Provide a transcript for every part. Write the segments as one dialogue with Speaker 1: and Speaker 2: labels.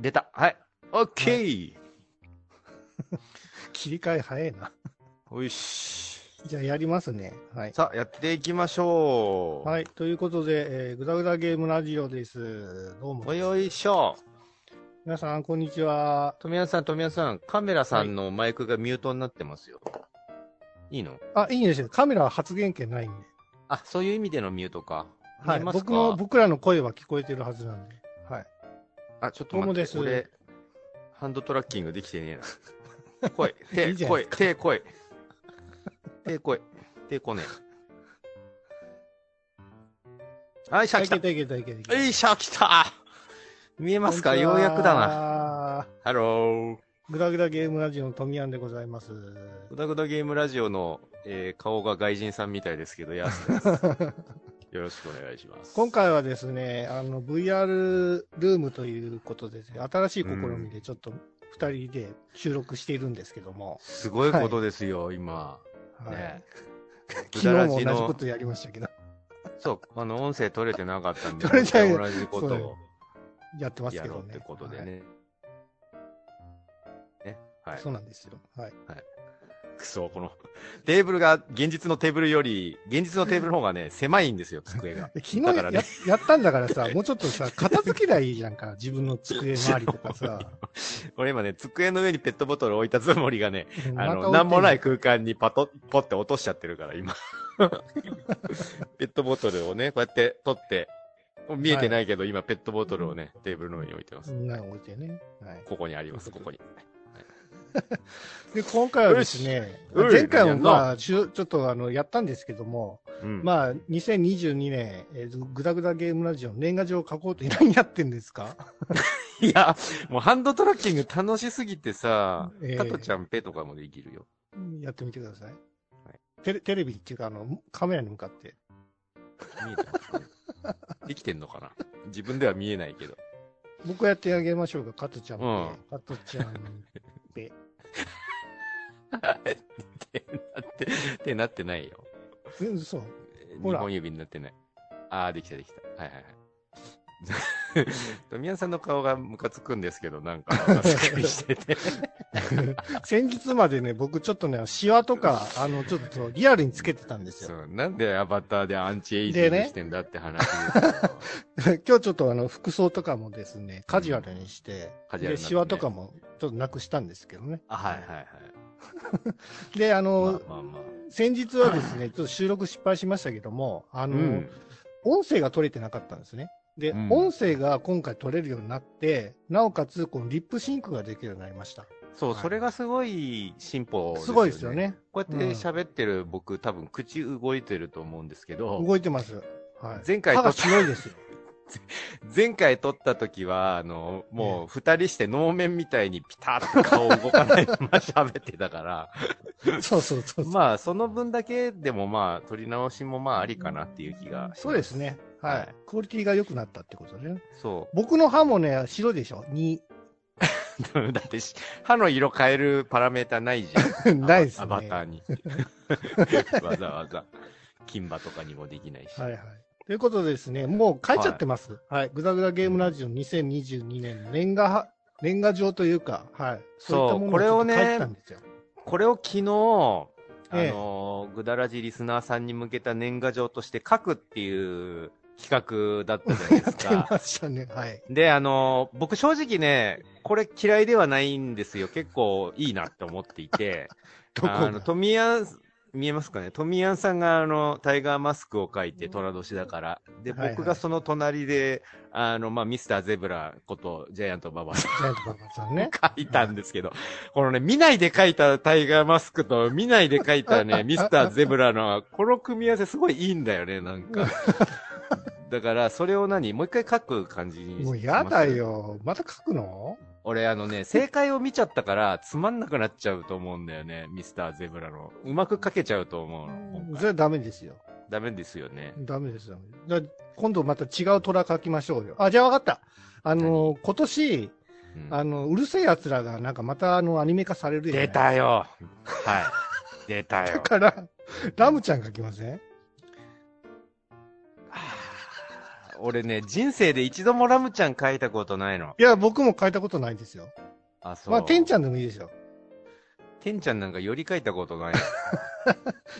Speaker 1: 出た。はい。オッケー、
Speaker 2: 切り替え早いな。
Speaker 1: おいし。
Speaker 2: じゃあやりますね。はい。
Speaker 1: さあ、やっていきましょう。
Speaker 2: はい。ということで、えー、ぐだぐだゲームラジオです。どうも。
Speaker 1: およいしょ。
Speaker 2: 皆さん、こんにちは。
Speaker 1: 富谷さん、富谷さん、カメラさんのマイクがミュートになってますよ。いいの
Speaker 2: あ、いいんですよ。カメラは発言権ないんで。
Speaker 1: あ、そういう意味でのミュートか。
Speaker 2: は
Speaker 1: 見
Speaker 2: い。
Speaker 1: えますか
Speaker 2: 僕の、僕らの声は聞こえてるはずなんで。はい。
Speaker 1: あ、ちょっと
Speaker 2: どうも
Speaker 1: 待
Speaker 2: で
Speaker 1: っ
Speaker 2: す
Speaker 1: て、俺、ハンドトラッキングできてねえ な。来い、
Speaker 2: い
Speaker 1: 手、
Speaker 2: いじゃな
Speaker 1: 来
Speaker 2: い
Speaker 1: い、手来い。手来い、手来ねえ。はい、シャ
Speaker 2: あ
Speaker 1: ー
Speaker 2: い
Speaker 1: 来た。
Speaker 2: けたいけたいけたいけた。
Speaker 1: よいしゃ、来た見えますか
Speaker 2: こんにち
Speaker 1: よ
Speaker 2: は
Speaker 1: うやくだな。。ハロー。
Speaker 2: ぐだぐだゲームラジオの富山でございます。
Speaker 1: ぐだぐだゲームラジオの、えー顔が外人さんみたいですけど、やす です。よろしくお願いします。
Speaker 2: 今回はですね、あの、VR ルームということで、新しい試みでちょっと2人で収録しているんですけども、
Speaker 1: すごいことですよ、今。
Speaker 2: はい
Speaker 1: ね。
Speaker 2: 昨日も同じことやりましたけど、
Speaker 1: そう、あの、音声取れてなかったんで、
Speaker 2: 取れてない
Speaker 1: また同じことを
Speaker 2: やってます
Speaker 1: や
Speaker 2: けどね。
Speaker 1: ろうってことで
Speaker 2: はい
Speaker 1: ね。ね、はい。
Speaker 2: そうなんですよ。はい。
Speaker 1: くそ、この、テーブルが、現実のテーブルより、現実のテーブルの方がね、狭いんですよ、机が。
Speaker 2: 昨日
Speaker 1: だか
Speaker 2: や,、
Speaker 1: らね
Speaker 2: やったんだからさ、もうちょっとさ、片付けりゃいいじゃんか、 自分の机周りとかさ。
Speaker 1: 俺今ね、机の上にペットボトル置いたつもりがね、 あ
Speaker 2: お腹置いて
Speaker 1: の、なんもない空間にパトポって落としちゃってるから、今。 ペットボトルをね、こうやって取って、見えてないけど、今ペットボトルをね、テーブルの上に置いてます。
Speaker 2: なんか置いてね。はい。
Speaker 1: ここにあります、ここに。
Speaker 2: で、今回はですね、
Speaker 1: うい
Speaker 2: 前回
Speaker 1: う
Speaker 2: も
Speaker 1: い
Speaker 2: まあ、しゅちょっとあの、やったんですけども、
Speaker 1: うん。
Speaker 2: まあ、2022年、えーぐだぐだゲームラジオ、年賀状を書こうと何やってんですか
Speaker 1: いや、もうハンドトラッキング楽しすぎてさ、
Speaker 2: ええ
Speaker 1: タトちゃんペとかもできるよ。
Speaker 2: やってみてください。テレテレビっていうか、あの、カメラに向かって。
Speaker 1: 見えてますねできてんのかな自分では見えないけど。
Speaker 2: 僕やってあげましょうか、加トちゃんペ
Speaker 1: うん
Speaker 2: 加トちゃんペ
Speaker 1: ってなって、ってなってないよ。
Speaker 2: え嘘。ほ
Speaker 1: 日
Speaker 2: ら
Speaker 1: 本指になってない。ああ、できたできた。はいはいはい。富谷さんの顔がムカつくんですけど、なん か、ムカつくりしてて。
Speaker 2: 先日までね、僕ちょっとね、シワとか、あの、ちょっとリアルにつけてたんです
Speaker 1: そ
Speaker 2: よ。
Speaker 1: う、なんでアバターでアンチエイジング
Speaker 2: でね
Speaker 1: してんだって話ですよ。
Speaker 2: 今日ちょっとあの、服装とかもですね、カジュアルにして、
Speaker 1: カジュアルになっ
Speaker 2: で、
Speaker 1: てね
Speaker 2: シワとかもちょっとなくしたんですけどね。
Speaker 1: あ、はいはいはい。
Speaker 2: で、あの、
Speaker 1: まあまあまあ。
Speaker 2: 先日はですね、ちょっと収録失敗しましたけども、あ
Speaker 1: う
Speaker 2: の、
Speaker 1: ん。
Speaker 2: 音声が取れてなかったんですね。で、
Speaker 1: うん
Speaker 2: 音声が今回取れるようになって、なおかつ、このリップシンクができるようになりました。
Speaker 1: そう、
Speaker 2: はい
Speaker 1: それがすごい進歩
Speaker 2: すごいですよ。ね。
Speaker 1: こうやって喋ってる僕、多分口動いてると思うんですけど、
Speaker 2: 動いてます。はい。
Speaker 1: 前回
Speaker 2: 歯
Speaker 1: 撮った
Speaker 2: が白いです よ。
Speaker 1: 前回撮った時は、あの、もう二人して能面みたいにピタッと顔動かないまま喋ってたから、
Speaker 2: そうそう そうそう。
Speaker 1: まあ、その分だけでもまあ、撮り直しもまあありかなっていう気が。
Speaker 2: そうです。ね。はい。
Speaker 1: はい
Speaker 2: クオリティが良くなったってことでね。
Speaker 1: そ
Speaker 2: 僕の歯もね、白いでしょ ?2。
Speaker 1: う。 だってし、歯の色変えるパラメータないじゃん。
Speaker 2: ないですね。
Speaker 1: アバター に。わざわざ。金馬とかにもできないし。
Speaker 2: はいはい。ということでですね、もう書いちゃってます。はい。ぐだぐだゲームラジオ2022年年賀は、年賀状というか、はい。
Speaker 1: そう
Speaker 2: いったものちょっと書いてたんですよ。
Speaker 1: これを昨日、あ
Speaker 2: ええ
Speaker 1: のー、ぐだらじリスナーさんに向けた年賀状として書くっていう企画だったじゃないです
Speaker 2: やっ
Speaker 1: か
Speaker 2: て。ましたね。はい。
Speaker 1: で、あの僕正直ね、これ嫌いではないんですよ。結構いいなって思っていて。
Speaker 2: どこ
Speaker 1: あの、
Speaker 2: が
Speaker 1: 富谷、見えますかね富谷さんがあの、タイガーマスクを書いて、虎年だから。で、
Speaker 2: はいはい
Speaker 1: 僕がその隣で、あの、まあ、ミスターゼブラこと、ジャイアントババさん
Speaker 2: ジャイアントパパさ んね。
Speaker 1: 書いたんですけ ど、このね、見ないで書いたタイガーマスクと、見ないで書いた ね、ミスターゼブラの、この組み合わせすごいいいんだよね、なん か。だから、それを何もう一回書く感じに。
Speaker 2: もうやだ。よ。また書くの
Speaker 1: 俺、あのね、正解を見ちゃったから、つまんなくなっちゃうと思うんだよね、ミスターゼブラの。うまく書けちゃうと思うの。今回
Speaker 2: それはダメですよ。
Speaker 1: ダメですよね。
Speaker 2: ダメです、ダメです。だから今度また違う虎書きましょうよ。あ、じゃあ分かった。あの、今年、
Speaker 1: うん
Speaker 2: あの、うるせえ奴らがなんかまたあの、アニメ化されるよね
Speaker 1: 出たよ。はい。 出た
Speaker 2: だ
Speaker 1: よ。
Speaker 2: から、ラムちゃん書きません
Speaker 1: あー俺ね、人生で一度もラムちゃん書いたことないの。
Speaker 2: いや、僕も変えたことないですよ。
Speaker 1: あ、そう。
Speaker 2: まあ、てんち
Speaker 1: ゃん。
Speaker 2: ゃんでもいいですよ。
Speaker 1: てんちゃんなんかより書いたこと ない。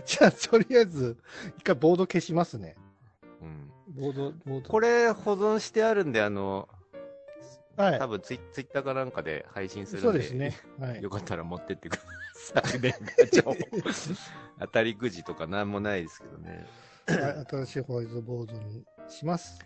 Speaker 2: じゃあ、とりあえず、一回ボード消しますね。
Speaker 1: うん。
Speaker 2: ボード、ボード。
Speaker 1: これ保存してあるんで、あの、
Speaker 2: はい
Speaker 1: 多。分ツイツイッターかなんかで配信するんで。
Speaker 2: そうですね。。はい。
Speaker 1: よかったら持ってってくださ い。昨年ガチャも 当たりくじとかなんもないですけどね。
Speaker 2: はい新しいホワイトボードにします。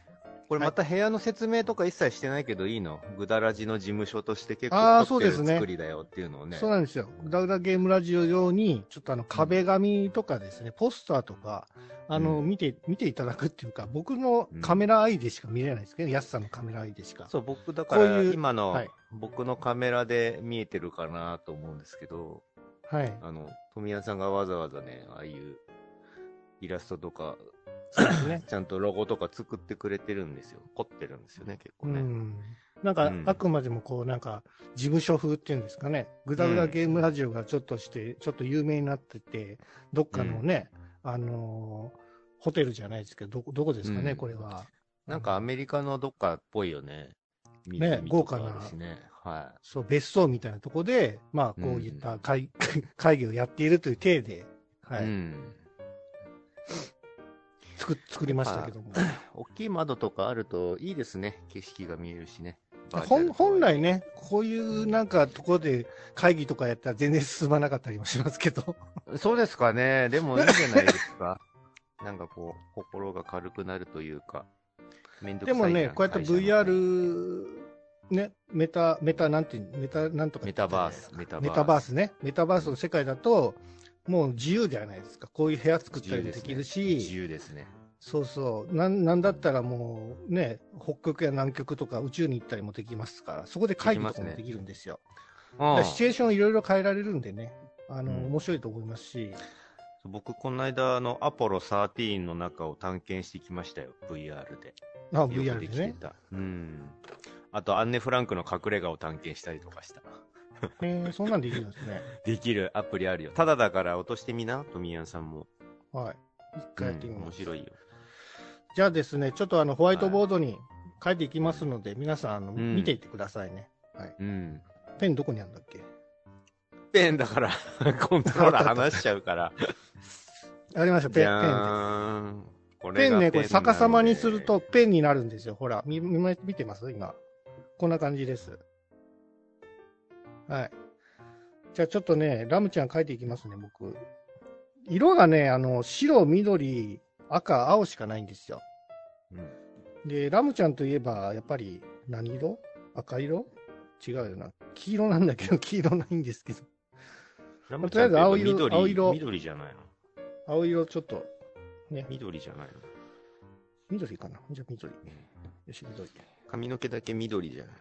Speaker 1: これまた部屋の説明とか一切してないけどいいのぐだらじの事務所として結構凝っ
Speaker 2: あー
Speaker 1: て
Speaker 2: そうです
Speaker 1: る
Speaker 2: ね
Speaker 1: 作りだよっていうのをね。
Speaker 2: そうなんですよ。グダグダゲームラジオ用に、ちょっとあの壁紙とかですね、ポスターとか、あの、
Speaker 1: うん
Speaker 2: 見て、見ていただくっていうか、僕のカメラアイでしか見れないですけど、安さんのカメラアイでしか。
Speaker 1: そう、僕だから
Speaker 2: こういう
Speaker 1: 今の
Speaker 2: はい
Speaker 1: 僕のカメラで見えてるかなと思うんですけど、
Speaker 2: はい。
Speaker 1: あの、富谷さんがわざわざね、ああいうイラストとか、
Speaker 2: そうですね。
Speaker 1: ちゃんとロゴとか作ってくれてるんですよ。凝ってるんですよね、結構
Speaker 2: う
Speaker 1: ね。
Speaker 2: ん。なんか、
Speaker 1: うん
Speaker 2: あくまでもこう、なんか、事務所風っていうんですかね。グダグダゲームラジオがちょっとして、ちょっと有名になってて、どっかのね、あのーホテルじゃないですけど、どこ、どこですかね、
Speaker 1: うん
Speaker 2: これは。
Speaker 1: なんかアメリカのどっかっぽいよね。
Speaker 2: ね
Speaker 1: 湖
Speaker 2: 豪
Speaker 1: と
Speaker 2: 華な
Speaker 1: かあるしね。は
Speaker 2: そう、別荘みたいなとこで、まあ、こういった会,、 会議をやっているという体で、
Speaker 1: い。
Speaker 2: はい、
Speaker 1: うん。
Speaker 2: 作、作りましたけども。
Speaker 1: 大きい窓とかあるといいですね。景色が見えるしね。
Speaker 2: 本本来
Speaker 1: ね。
Speaker 2: ね、こういうなんかところで会議とかやったら全然進まなかったりもしますけど、
Speaker 1: そうですかね。でもいいんじゃないですか。 なんかこう、心が軽くなるというか。めんどく
Speaker 2: で
Speaker 1: さいじ
Speaker 2: も
Speaker 1: ゃん
Speaker 2: ね、こうやって
Speaker 1: 会社のね
Speaker 2: VR、ね、メタ、メタなんていう、メタなんとか
Speaker 1: メ
Speaker 2: って
Speaker 1: タ
Speaker 2: 言ったら
Speaker 1: バ
Speaker 2: い
Speaker 1: ー
Speaker 2: いです
Speaker 1: ス、
Speaker 2: か
Speaker 1: メタ
Speaker 2: メタバー
Speaker 1: ス。
Speaker 2: スね、メタバースの世界だと、もう自由じゃないですか、こういう部屋作ったりもできるし、
Speaker 1: 自由ですね。
Speaker 2: そうそう。なん、なんだったらもう、ね、北極や南極とか宇宙に行ったりもできますから、そこで会議とかもできるんですよ。だ
Speaker 1: あ
Speaker 2: からシチュエーションいろいろ変えられるんでね、あの、
Speaker 1: うん
Speaker 2: 面白いと思いますし、
Speaker 1: 僕、この間、あの、アポロ13の中を探検してきましたよ。VR で。
Speaker 2: あ、
Speaker 1: よく
Speaker 2: VR
Speaker 1: で
Speaker 2: で
Speaker 1: きて
Speaker 2: ね。
Speaker 1: た。うん。あと、アンネ・フランクの隠れ家を探検したりとかした。
Speaker 2: えーそんなんできるんで すね。
Speaker 1: できるアプリあるよ。ただだから落としてみな、富谷さんも。
Speaker 2: はい。一
Speaker 1: うん
Speaker 2: 回やってみま
Speaker 1: 面
Speaker 2: す。
Speaker 1: 白いよ。
Speaker 2: じゃあですね、ちょっとあの、ホワイトボードに書いていきますので、皆さん、あの、
Speaker 1: ん
Speaker 2: 見ていってくださいね。
Speaker 1: うん。
Speaker 2: ペンどこにあるんだっけ
Speaker 1: ペンだから、 コントローラー離しちゃうから。
Speaker 2: ありました、ペ
Speaker 1: じ
Speaker 2: ン、ペ
Speaker 1: ゃ
Speaker 2: ンです。
Speaker 1: ーん。こ
Speaker 2: ペン
Speaker 1: が
Speaker 2: ね、これ
Speaker 1: なんで
Speaker 2: 逆さまにすると。ペンになるんですよ。ほら、見、見ま見てます今。こんな感じです。はい。じゃあちょっとね、ラムちゃん書いていきますね、僕。色がね、あの、白、緑、赤、青しかないんですよ。
Speaker 1: うん
Speaker 2: で、ラムちゃんといえば、やっぱり、何色赤色違うよな。黄色なんだけど、 黄色ないんですけど。
Speaker 1: ラ
Speaker 2: まあ
Speaker 1: ム
Speaker 2: と
Speaker 1: ち
Speaker 2: りあ
Speaker 1: ゃ
Speaker 2: え
Speaker 1: ん
Speaker 2: ず
Speaker 1: と青色、
Speaker 2: 青色
Speaker 1: 緑
Speaker 2: 青色
Speaker 1: 緑じゃないの
Speaker 2: 青色ちょっと、ね、み
Speaker 1: 緑じゃないの
Speaker 2: 緑かな。じゃあ緑。よし、緑。
Speaker 1: 髪の毛だけ緑じゃない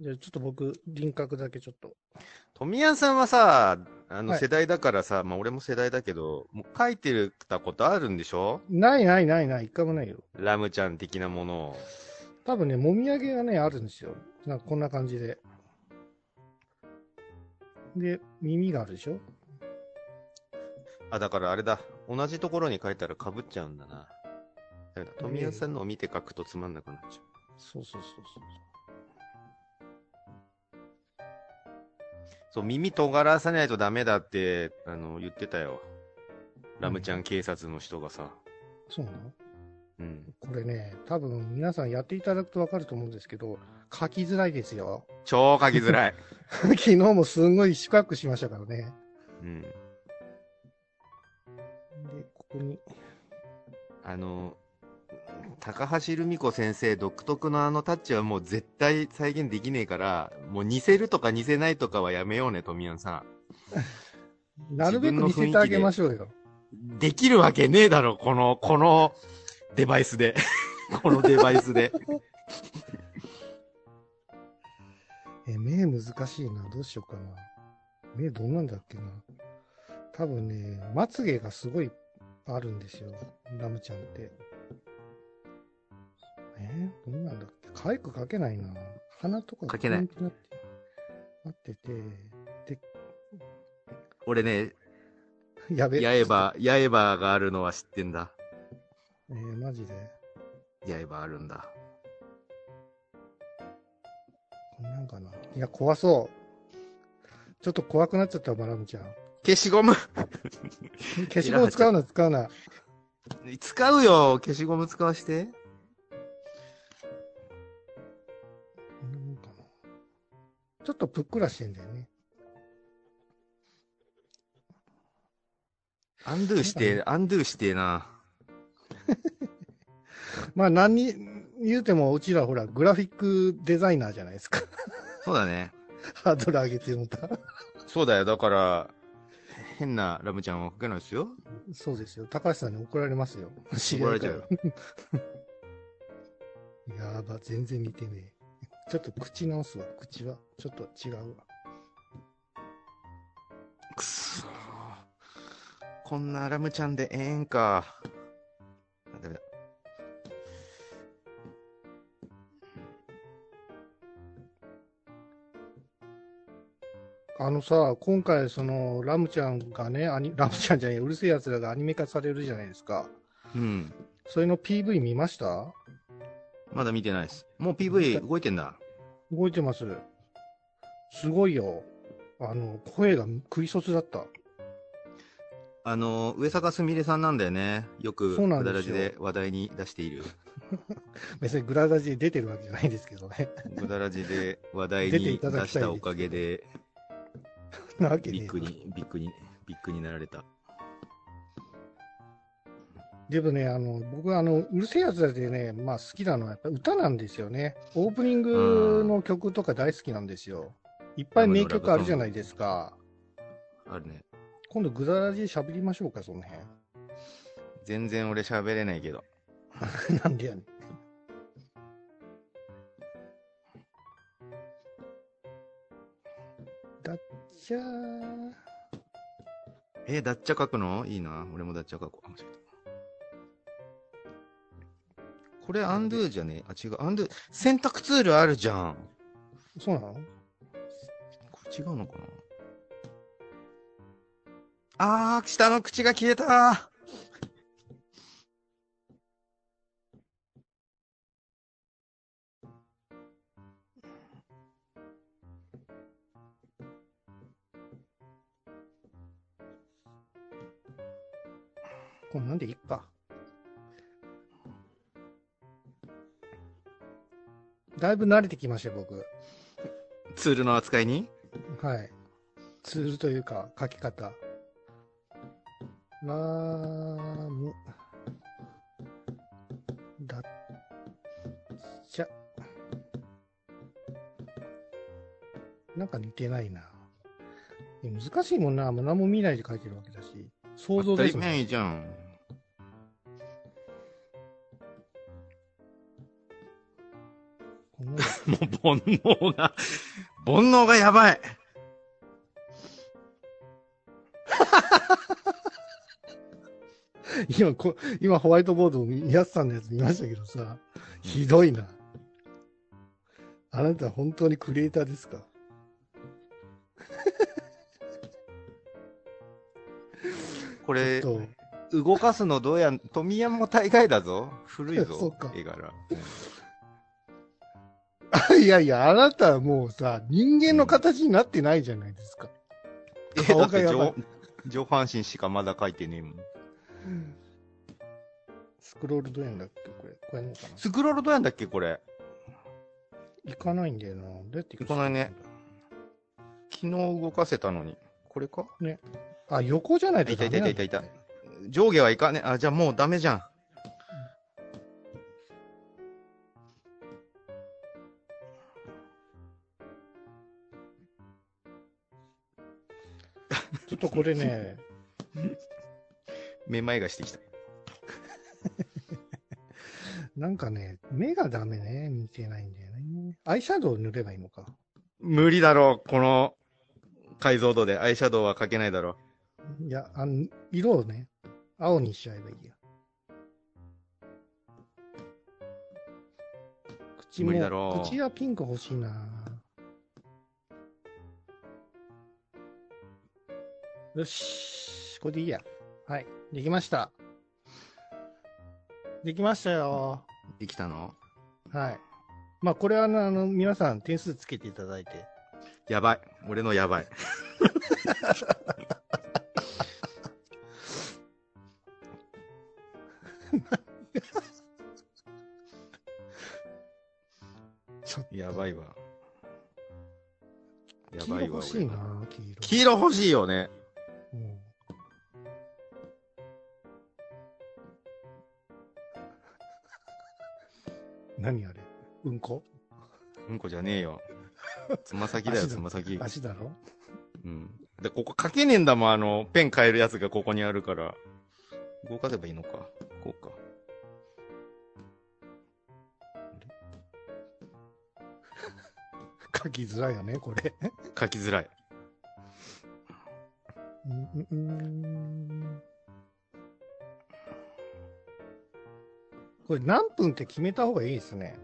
Speaker 2: じゃあちょっと僕、輪郭だけちょっと。
Speaker 1: 富谷さんはさ、あの
Speaker 2: はい
Speaker 1: 世代だからさ、まあ俺も世代だけど、もう書いてたことあるんでしょ
Speaker 2: ないないないない、一回もないよ。
Speaker 1: ラムちゃん的なものを。
Speaker 2: 多分ね、もみあげがね、あるんですよ。なんかこんな感じで。で、耳があるでしょ
Speaker 1: あ、だからあれだ。同じところに書いたら被っちゃうんだな。だよな富谷さんのを見て書くとつまんなくなっちゃ。
Speaker 2: そうそうそうそう
Speaker 1: そう、耳尖らさないとダメだって、あの、言ってたよ。ラムちゃん警察の人がさ。
Speaker 2: う。そうなの
Speaker 1: うん。
Speaker 2: これね、多分皆さんやっていただくとわかると思うんですけど、書きづらいですよ。
Speaker 1: 超書きづらい。
Speaker 2: 昨日もすんごい四角しましたからね。
Speaker 1: うん。
Speaker 2: で、ここに。
Speaker 1: あの、高橋留美子先生独特のあのタッチはもう絶対再現できねえから、もう似せるとか似せないとかはやめようね、富谷さ
Speaker 2: なるべく見せてあげましょうよ。
Speaker 1: ん。できるわけねえだろ、この、このデバイスで。このデバイスで。
Speaker 2: え、目難しいな。どうしようかな。目どんなんだっけな。多分ね、まつげがすごいあるんですよ。ラムちゃんって。えーどんなんだっけ可愛く描けないな。鼻とか
Speaker 1: 描けない
Speaker 2: ピンピンってなってて、
Speaker 1: 俺ね、
Speaker 2: やべ
Speaker 1: 八重歯、八重歯があるのは知ってんだ。
Speaker 2: えーマジで。
Speaker 1: 刃あるんだ。
Speaker 2: こんなんかな。いや、怖そう。ちょっと怖くなっちゃった、バラムちゃん。
Speaker 1: 消しゴム
Speaker 2: 消しゴム使うな、使うな。
Speaker 1: 使うよ消しゴム使わして。
Speaker 2: こんなもんかなちょっとぷっくらしてんだよね。
Speaker 1: アンドゥして、アンドゥしてな。
Speaker 2: まあ、何に言うても、うちらほら、グラフィックデザイナーじゃないですか。
Speaker 1: そうだね。
Speaker 2: ハードル上げてもた。
Speaker 1: そうだよ。だから、変なラムちゃんはかけないですよ。
Speaker 2: そうですよ。高橋さんに怒られますよ。
Speaker 1: 怒られちゃうよ。
Speaker 2: やば、全然似てねえ。ちょっと口直すわ。口は、ちょっと違うわ。
Speaker 1: くそーこんなラムちゃんでええんか。あダメだ。
Speaker 2: あのさ、今回、その、ラムちゃんがね、アニ ラムちゃんじゃねえ、うるせえ奴らがアニメ化されるじゃないですか。
Speaker 1: うん。
Speaker 2: それの PV 見ました
Speaker 1: まだ見てないです。もう PV 動いてんだ。
Speaker 2: 動いてます。すごいよ。あの、声がクイソツだった。
Speaker 1: あの、上坂すみれさんなんだよね。よく、
Speaker 2: そうなん
Speaker 1: く
Speaker 2: です
Speaker 1: だ
Speaker 2: よ
Speaker 1: らじで話題に出している。
Speaker 2: 別にグラダジで出てるわけじゃないんですけどね。
Speaker 1: くだらじで話題
Speaker 2: 出て
Speaker 1: に
Speaker 2: いただ
Speaker 1: 出
Speaker 2: き
Speaker 1: した
Speaker 2: いです
Speaker 1: たおかげで、
Speaker 2: なわけ
Speaker 1: ビ
Speaker 2: ね
Speaker 1: ッグに、ビッグに、ビッグになられた。
Speaker 2: でもね、あの、僕はあの、うるせえやつだでね、まあ好きなのはやっぱ歌なんですよね。オープニングの曲とか大好きなんですよ。いっぱい名曲あるじゃないですか。
Speaker 1: あるね。
Speaker 2: 今度グダラジで喋りましょうか、その辺。
Speaker 1: 全然俺喋れないけど。
Speaker 2: なんでやねん。だっちゃー。
Speaker 1: え、ダッチャ書くのいいな。俺もダッチャ書こう。あ間違えたこれ、アンドゥじゃねあ、違う。アンドゥ、選択ツールあるじゃん。
Speaker 2: そうなの
Speaker 1: これ違うのかなあー、下の口が消えた
Speaker 2: こんなんでいっか。だいぶ慣れてきましたよ、僕。
Speaker 1: ツールの扱いに
Speaker 2: はい。ツールというか、書き方。ラーム。だっちゃ。なんか似てないな。いや難しいもんな。もう何も見ないで書いてるわけだし。想像です
Speaker 1: 当
Speaker 2: も
Speaker 1: たり
Speaker 2: ん。
Speaker 1: 前じゃん。
Speaker 2: こんなの
Speaker 1: もう煩悩が、煩悩がやばい。
Speaker 2: 今こ、今ホワイトボードを見やすさんのやつ見ましたけどさ、ひどいな。あなた本当にクリエイターですか
Speaker 1: これ
Speaker 2: ち、ょっと
Speaker 1: 動かすのどうやん、富山も大概だぞ。古い
Speaker 2: そ
Speaker 1: ぞ
Speaker 2: っか、
Speaker 1: 絵柄。
Speaker 2: いやいや、あなたはもうさ、人間の形になってないじゃないですか。
Speaker 1: え、
Speaker 2: 顔
Speaker 1: だ
Speaker 2: が
Speaker 1: って
Speaker 2: やばい
Speaker 1: 上上半身しかまだ描いてねえもん。
Speaker 2: スクロールどうやんだっけこれ、これのか
Speaker 1: スクロールどうやんだっけ、これ。
Speaker 2: な行かないんだよな。どうやって
Speaker 1: 行かないね。昨日動かせたのに。これか
Speaker 2: あ、横じゃないと
Speaker 1: いた
Speaker 2: ダ
Speaker 1: い
Speaker 2: メ
Speaker 1: たい
Speaker 2: な
Speaker 1: た
Speaker 2: ん
Speaker 1: い
Speaker 2: だ
Speaker 1: たいた。上下はいかねえ。あ、じゃあもうダメじゃん。
Speaker 2: ちょっとこれ ね、
Speaker 1: めまいがしてきた。
Speaker 2: なんかね、目がダメね。見てないんだよね。アイシャドウ塗ればいいのか。
Speaker 1: 無理だろう、この解像度で。アイシャドウは描けないだろ
Speaker 2: いや、あの、色をね、青にしちゃえばいいや。口も
Speaker 1: 無理だろう
Speaker 2: 口はピンク欲しいなよし、これでいいや。はい、できました。できましたよ。
Speaker 1: できたの
Speaker 2: はい。まあ、これはあの、あの皆さん点数つけていただいて。
Speaker 1: やばい。俺のやばい。
Speaker 2: ちょっと
Speaker 1: やばいわ。や
Speaker 2: 黄
Speaker 1: ば
Speaker 2: 色
Speaker 1: いわ。
Speaker 2: 欲しい
Speaker 1: 俺の
Speaker 2: な、黄色。
Speaker 1: 黄色欲しいよね。
Speaker 2: うん何あれうんこ
Speaker 1: うんこじゃねえよ。つま先だよ、
Speaker 2: 足だ
Speaker 1: つま先。
Speaker 2: 足だろ
Speaker 1: うん。で、ここ書けねえんだもん、あの、ペン変えるやつがここにあるから。動かせばいいのか。こうか。
Speaker 2: 書きづらいよね、これ。
Speaker 1: 書きづらい。
Speaker 2: うんうんうんこれ何分って決めた方がいいですね。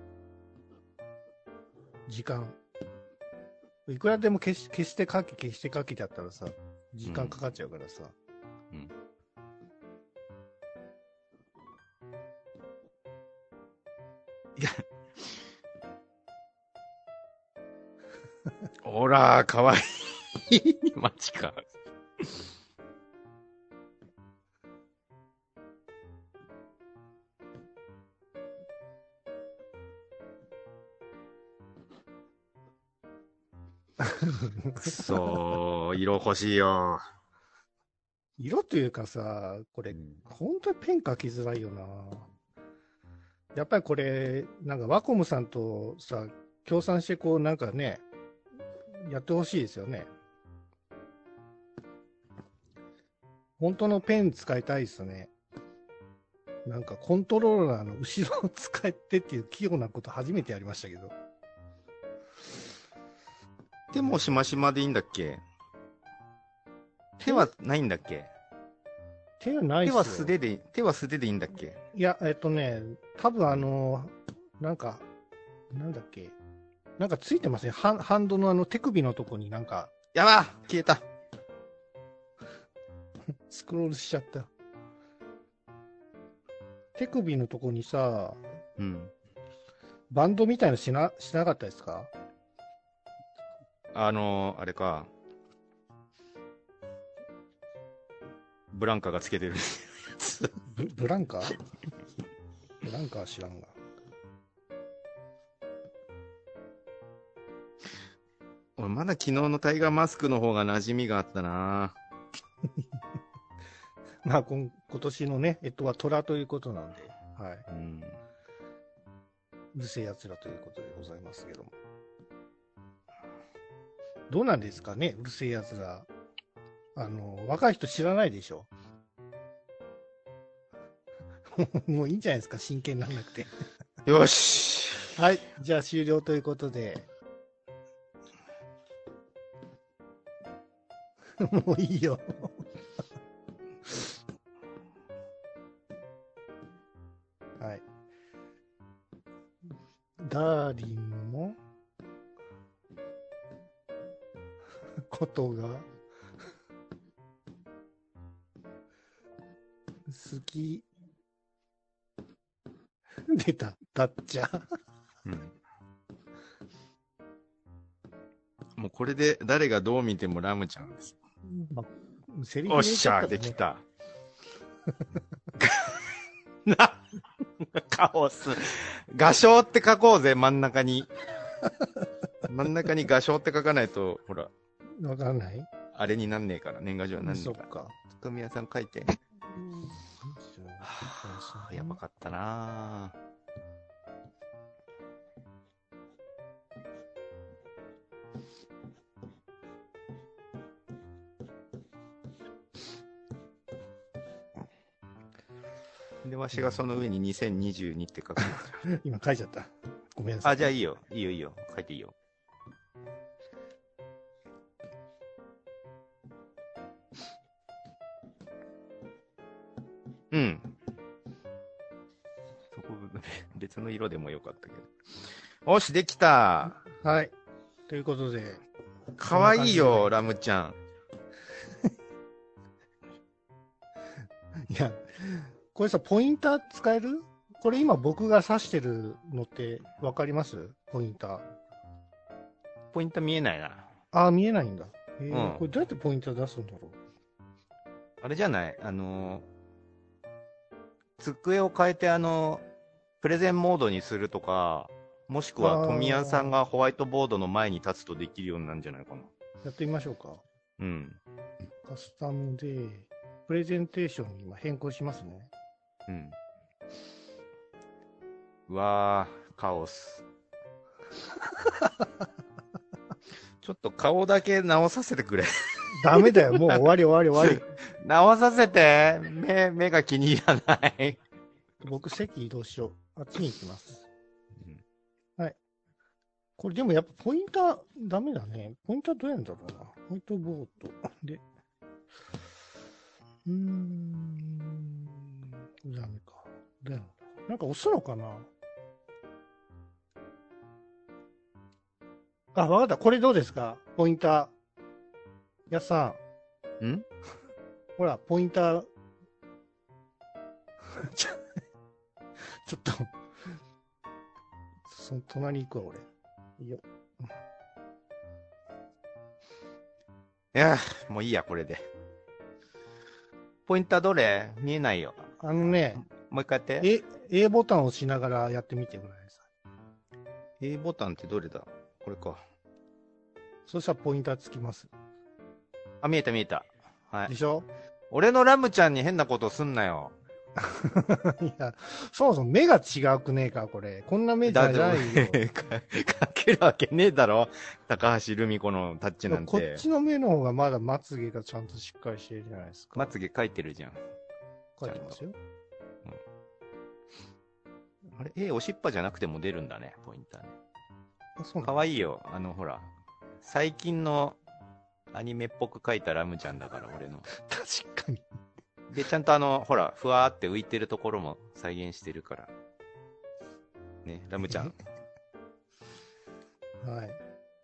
Speaker 2: 時間。いくらでも消し消して書き消して書きだったらさ、時間かかっちゃうからさ。
Speaker 1: うんいや。ほら、かわいい。 マジか。くそー、色欲しいよ。
Speaker 2: 色というかさ、これ、本当にペン書きづらいよな。やっぱりこれ、なんかワコムさんとさ、協賛してこう、なんかね、やってほしいですよね。本当のペン使いたいですね。なんかコントローラーの後ろを使ってっていう器用なこと初めてやりましたけど。
Speaker 1: 手もしましまでいいんだっけ手はないんだっけ
Speaker 2: 手はない
Speaker 1: 手
Speaker 2: っすよ
Speaker 1: は素手で、手は素手でいいんだっけ
Speaker 2: いや、えっとね、多分あの、なんか、なんだっけ、なんかついてますね。ハンハンドのあの手首のとこになんか
Speaker 1: やばー消えた。
Speaker 2: スクロールしちゃった。手首のとこにさ、
Speaker 1: うん。
Speaker 2: バンドみたいのしな、しなかったですか
Speaker 1: あのー、あれか。ブランカがつけて るやつ。
Speaker 2: ブブランカブランカは知らんが。
Speaker 1: 俺まだ昨日のタイガーマスクの方が馴染みがあったな
Speaker 2: まあ、今今年のね、えっとは虎ということなんで、はい。
Speaker 1: うん。
Speaker 2: うるせえ奴らということでございますけども。どうなんですかね、うるせえ奴ら。あの、若い人知らないでしょ。 もういいんじゃないですか、真剣になんなくて。
Speaker 1: よし
Speaker 2: はい、じゃあ終了ということで。 もういいよ。 はい。ダーリンの ことが 好き。 出た、たっちゃん。
Speaker 1: うん。もうこれで誰がどう見てもラムちゃんです。
Speaker 2: まあ、セリフ
Speaker 1: おっしゃ、できた。 な、カオス。画商って書こうぜ、真ん中に。真ん中に画商って書かないと、ほら、
Speaker 2: た。わかんない
Speaker 1: あれになんねえから、年賀状はなんね
Speaker 2: そ
Speaker 1: え
Speaker 2: っ
Speaker 1: から。
Speaker 2: か。
Speaker 1: つくみやさん書いて。はあやばかったなあで、わしがその上に2022って書く。
Speaker 2: 今書いちゃった。ごめんなさい。
Speaker 1: あ、じゃあいいよ。いいよいいよ。書いていいよ。うん。そこ、別の色でもよかったけど。よし、できた
Speaker 2: はい。ということで、
Speaker 1: かわいいよ、
Speaker 2: こん
Speaker 1: ラムちゃん。
Speaker 2: いや、これさ、ポインター使えるこれ今僕が指してるのって分かりますポインター。
Speaker 1: ポイント見えないな。
Speaker 2: ああ、見えないんだ。えー
Speaker 1: うん
Speaker 2: これどうやってポインター出すんだろ
Speaker 1: あれじゃないあのー机を変えて、あのプレゼンモードにするとか、もしく
Speaker 2: あ
Speaker 1: は
Speaker 2: ー
Speaker 1: 富谷さんがホワイトボードの前に立つとできるようになるんじゃないかな。
Speaker 2: うやってみましょうか。
Speaker 1: うん。
Speaker 2: カスタムで、プレゼンテーションに今変更しますね。
Speaker 1: うん。うわー、カオ ス。ちょっと顔だけ直させてくれ。
Speaker 2: ダメだよ、もう終わり終わり終わ
Speaker 1: 直させて目、目が気に入らない。
Speaker 2: り。僕、席移動しよう。あっちに行きます
Speaker 1: うん。
Speaker 2: はい。これでもやっぱポインターダメだね。ポインターどうやるんだろうな。ホワイトボードで。うーん。ダメか。だよ。なんか押すのかなあ、わかった。これどうですかポインター。やっさん。
Speaker 1: ん
Speaker 2: ほら、ポインター。ちょちょっと、 その隣行くわ、俺。いいよ。
Speaker 1: いやー、もういいや、これで。ポインターどれ見えないよ。
Speaker 2: あのね、
Speaker 1: もう一回やって。
Speaker 2: A, A ボタンを押しながらやってみてくださ
Speaker 1: A ボタンってどれだこれか。
Speaker 2: い。そしたらポインターつきます。
Speaker 1: あ、見えた見えた。はい
Speaker 2: で。しょ
Speaker 1: 俺のラムちゃんに変なことすんなよ。
Speaker 2: いや、そもそも目が違うくねえか、これ。こんな目じゃ
Speaker 1: っ
Speaker 2: ないよ。
Speaker 1: てかけるわけねえだろ。高橋留美子のタッチなん
Speaker 2: こ
Speaker 1: て
Speaker 2: っ。ちの目の方がまだまつげがちゃんとしっかりしてるじゃないですか。
Speaker 1: まつげ描いてるじゃん。
Speaker 2: 書いてますよ。
Speaker 1: あれ ?A おしっぱじゃなくても出るんだね、ポインターね。
Speaker 2: あ、そうな
Speaker 1: か
Speaker 2: の
Speaker 1: わいいよ。あの、ほら。最近のアニメっぽく描いたラムちゃんだから、俺の。
Speaker 2: 確かに。
Speaker 1: で、ちゃんとあの、ほら、ふわーって浮いてるところも再現してるから。ね、ラムちゃん。
Speaker 2: はい。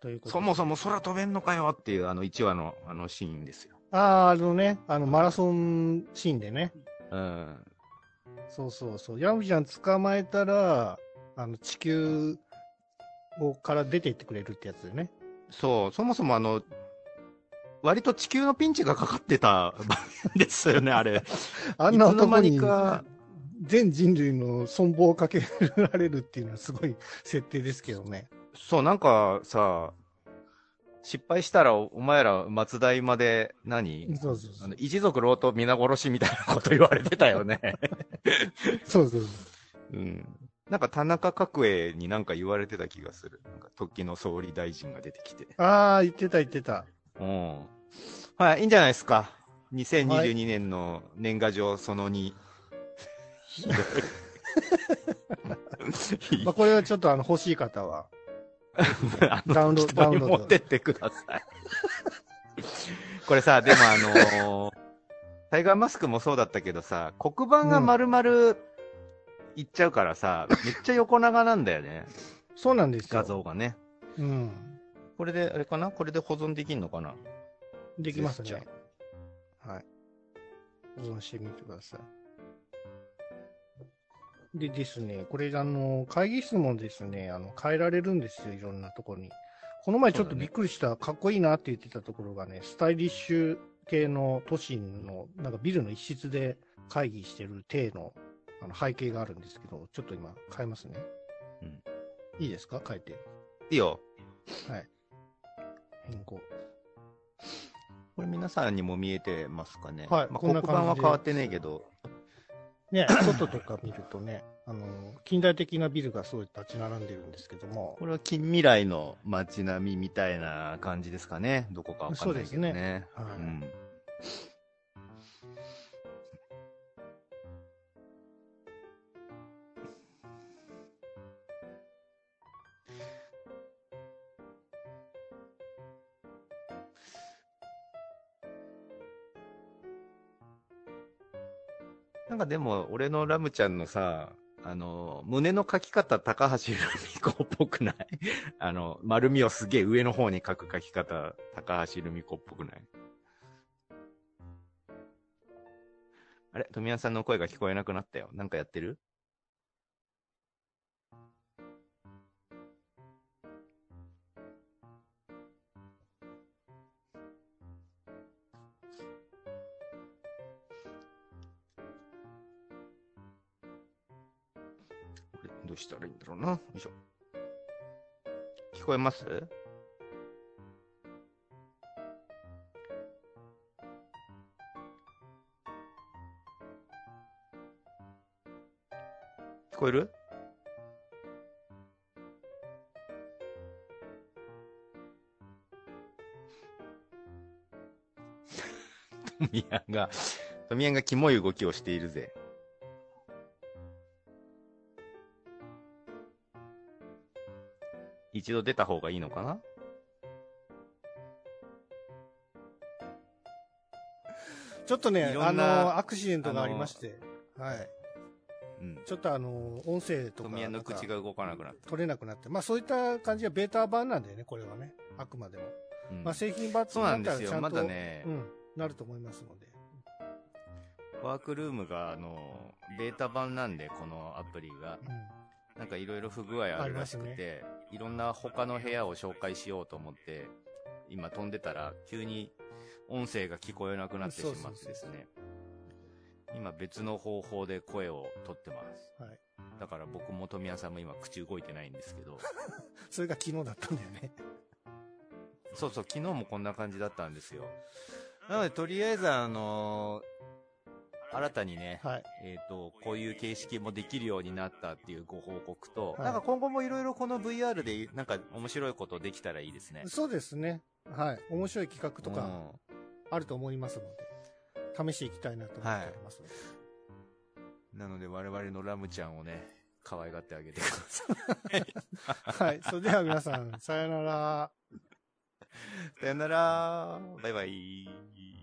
Speaker 2: ということで
Speaker 1: そもそも空飛べんのかよっていうあの1話のあのシーンですよ。
Speaker 2: ああ、あのね、あの、マラソンシーンでね。
Speaker 1: うん。
Speaker 2: そうそうそう。ヤムちゃん捕まえたら、あの、地球をから出ていってくれるってやつでね。
Speaker 1: そう、そもそもあの、割と地球のピンチがかかってた場面ですよね、あれ。
Speaker 2: あんない
Speaker 1: つの
Speaker 2: 男
Speaker 1: 間
Speaker 2: に
Speaker 1: にか、
Speaker 2: 全人類の存亡をかけられるっていうのはすごい設定ですけどね。
Speaker 1: そう、なんかさ、失敗したらおお前ら松代まで何
Speaker 2: そうそうそ
Speaker 1: あ
Speaker 2: う
Speaker 1: の。一族老と皆殺しみたいなこと言われてたよね。
Speaker 2: そうそうそう。
Speaker 1: うん。なんか田中角栄になんか言われてた気がする。なんか時の総理大臣が出てきて。
Speaker 2: ああ、言ってた言ってた。
Speaker 1: うん。はい、いいんじゃないですか。2022年の年賀状その2。ひどい
Speaker 2: まあ、これはちょっとあの、欲しい方は。
Speaker 1: あの
Speaker 2: ダウンロード
Speaker 1: 適当に
Speaker 2: ダウンロード
Speaker 1: 持ってってください。これさ、でもあのータイガーマスクもそうだったけどさ、黒板が丸々いっちゃうからさ、めっちゃ横長なんだよね、
Speaker 2: そうなんですよ。
Speaker 1: 画像がね。
Speaker 2: うん。
Speaker 1: これで、あれかなこれで保存できるのかな
Speaker 2: できます
Speaker 1: ジェ
Speaker 2: ね
Speaker 1: ス。
Speaker 2: はい。保存してみてください。でですね、これ、あの、会議室もですね、あの、変えられるんですよ、いろんなところに。この前ちょっ
Speaker 1: そう
Speaker 2: と
Speaker 1: だね
Speaker 2: びっくりした、かっこいいなって言ってたところがね、スタイリッシュ系の都心の、なんかビルの一室で会議してる体のあの背景があるんですけど、ちょっと今変えますね。
Speaker 1: うん
Speaker 2: いいですか変えて。
Speaker 1: いいよ。
Speaker 2: はい。変更。
Speaker 1: これ皆さんにも見えてますかね。
Speaker 2: はい
Speaker 1: まあ、
Speaker 2: こ
Speaker 1: 黒
Speaker 2: んな
Speaker 1: 板
Speaker 2: 感じで
Speaker 1: は変わってねえけど。
Speaker 2: ね、 外とか見るとね、あの、近代的なビルがすごい立ち並んでるんですけども
Speaker 1: こ、れは近未来の街並みみたいな感じですかね。どこかわかんないけど
Speaker 2: そうです
Speaker 1: ね。
Speaker 2: はい
Speaker 1: うん。なんかでも、俺のラムちゃんのさ、あの、胸の描き方、高橋留美子っぽくない あの、丸みをすげえ上の方に描く描き方、高橋留美子っぽくないあれ富谷さんの声が聞こえなくなったよ。なんかやってるどうしたらいいんだろうな。よいしょ。聞こえます聞こえるトミヤンが、トミヤンがキモい動きをしているぜ。一度出た方がいいのかな
Speaker 2: ちょっと
Speaker 1: い
Speaker 2: ね、
Speaker 1: ろ
Speaker 2: あ
Speaker 1: んな
Speaker 2: の、アクシデントがありまして、はい。
Speaker 1: うん。
Speaker 2: ちょっとあの、音声
Speaker 1: ト
Speaker 2: とか
Speaker 1: ミヤンの口
Speaker 2: なんか
Speaker 1: が動かなくなった。
Speaker 2: 取れなくなって、まあそういった感じがベータ版なんだよね、これはね。あくまでも。
Speaker 1: うん
Speaker 2: まあ製品版
Speaker 1: そうなんで
Speaker 2: だっ
Speaker 1: す
Speaker 2: たらち
Speaker 1: よ。
Speaker 2: ゃ
Speaker 1: ま
Speaker 2: んと
Speaker 1: だね
Speaker 2: う、ん、なると思いますので。
Speaker 1: ワークルームが、あの、ベータ版なんで、このアプリが。
Speaker 2: う
Speaker 1: なんかいろいろ不具合あるらしく
Speaker 2: あり
Speaker 1: て、いろんな他の部屋を紹介しようと思って、今飛んでたら急に音声が聞こえなくなってしまってですね。今別の方法で声を取ってます。
Speaker 2: ん。はい。
Speaker 1: だから僕も富谷さんも今口動いてないんですけ ど、
Speaker 2: それが昨日だったんだよ ね。
Speaker 1: そうそう、昨日もこんな感じだったんですよ。なのでとりあえずあの新たにね、
Speaker 2: はい。
Speaker 1: えー、とこういう形式もできるようになったっていうご報告と、
Speaker 2: はい
Speaker 1: なんか今後もいろいろこの VR でなんか面白いことできたらいいですね。
Speaker 2: そうですね。はい。面白い企画と
Speaker 1: う
Speaker 2: か
Speaker 1: ん
Speaker 2: あると思いますので、試していきたいなと思っておりますので。
Speaker 1: なので我々のラムちゃんをね、可愛がってあげてくださ
Speaker 2: はい。それでは皆さん、さよなら。
Speaker 1: い。さよなら。バイバイ。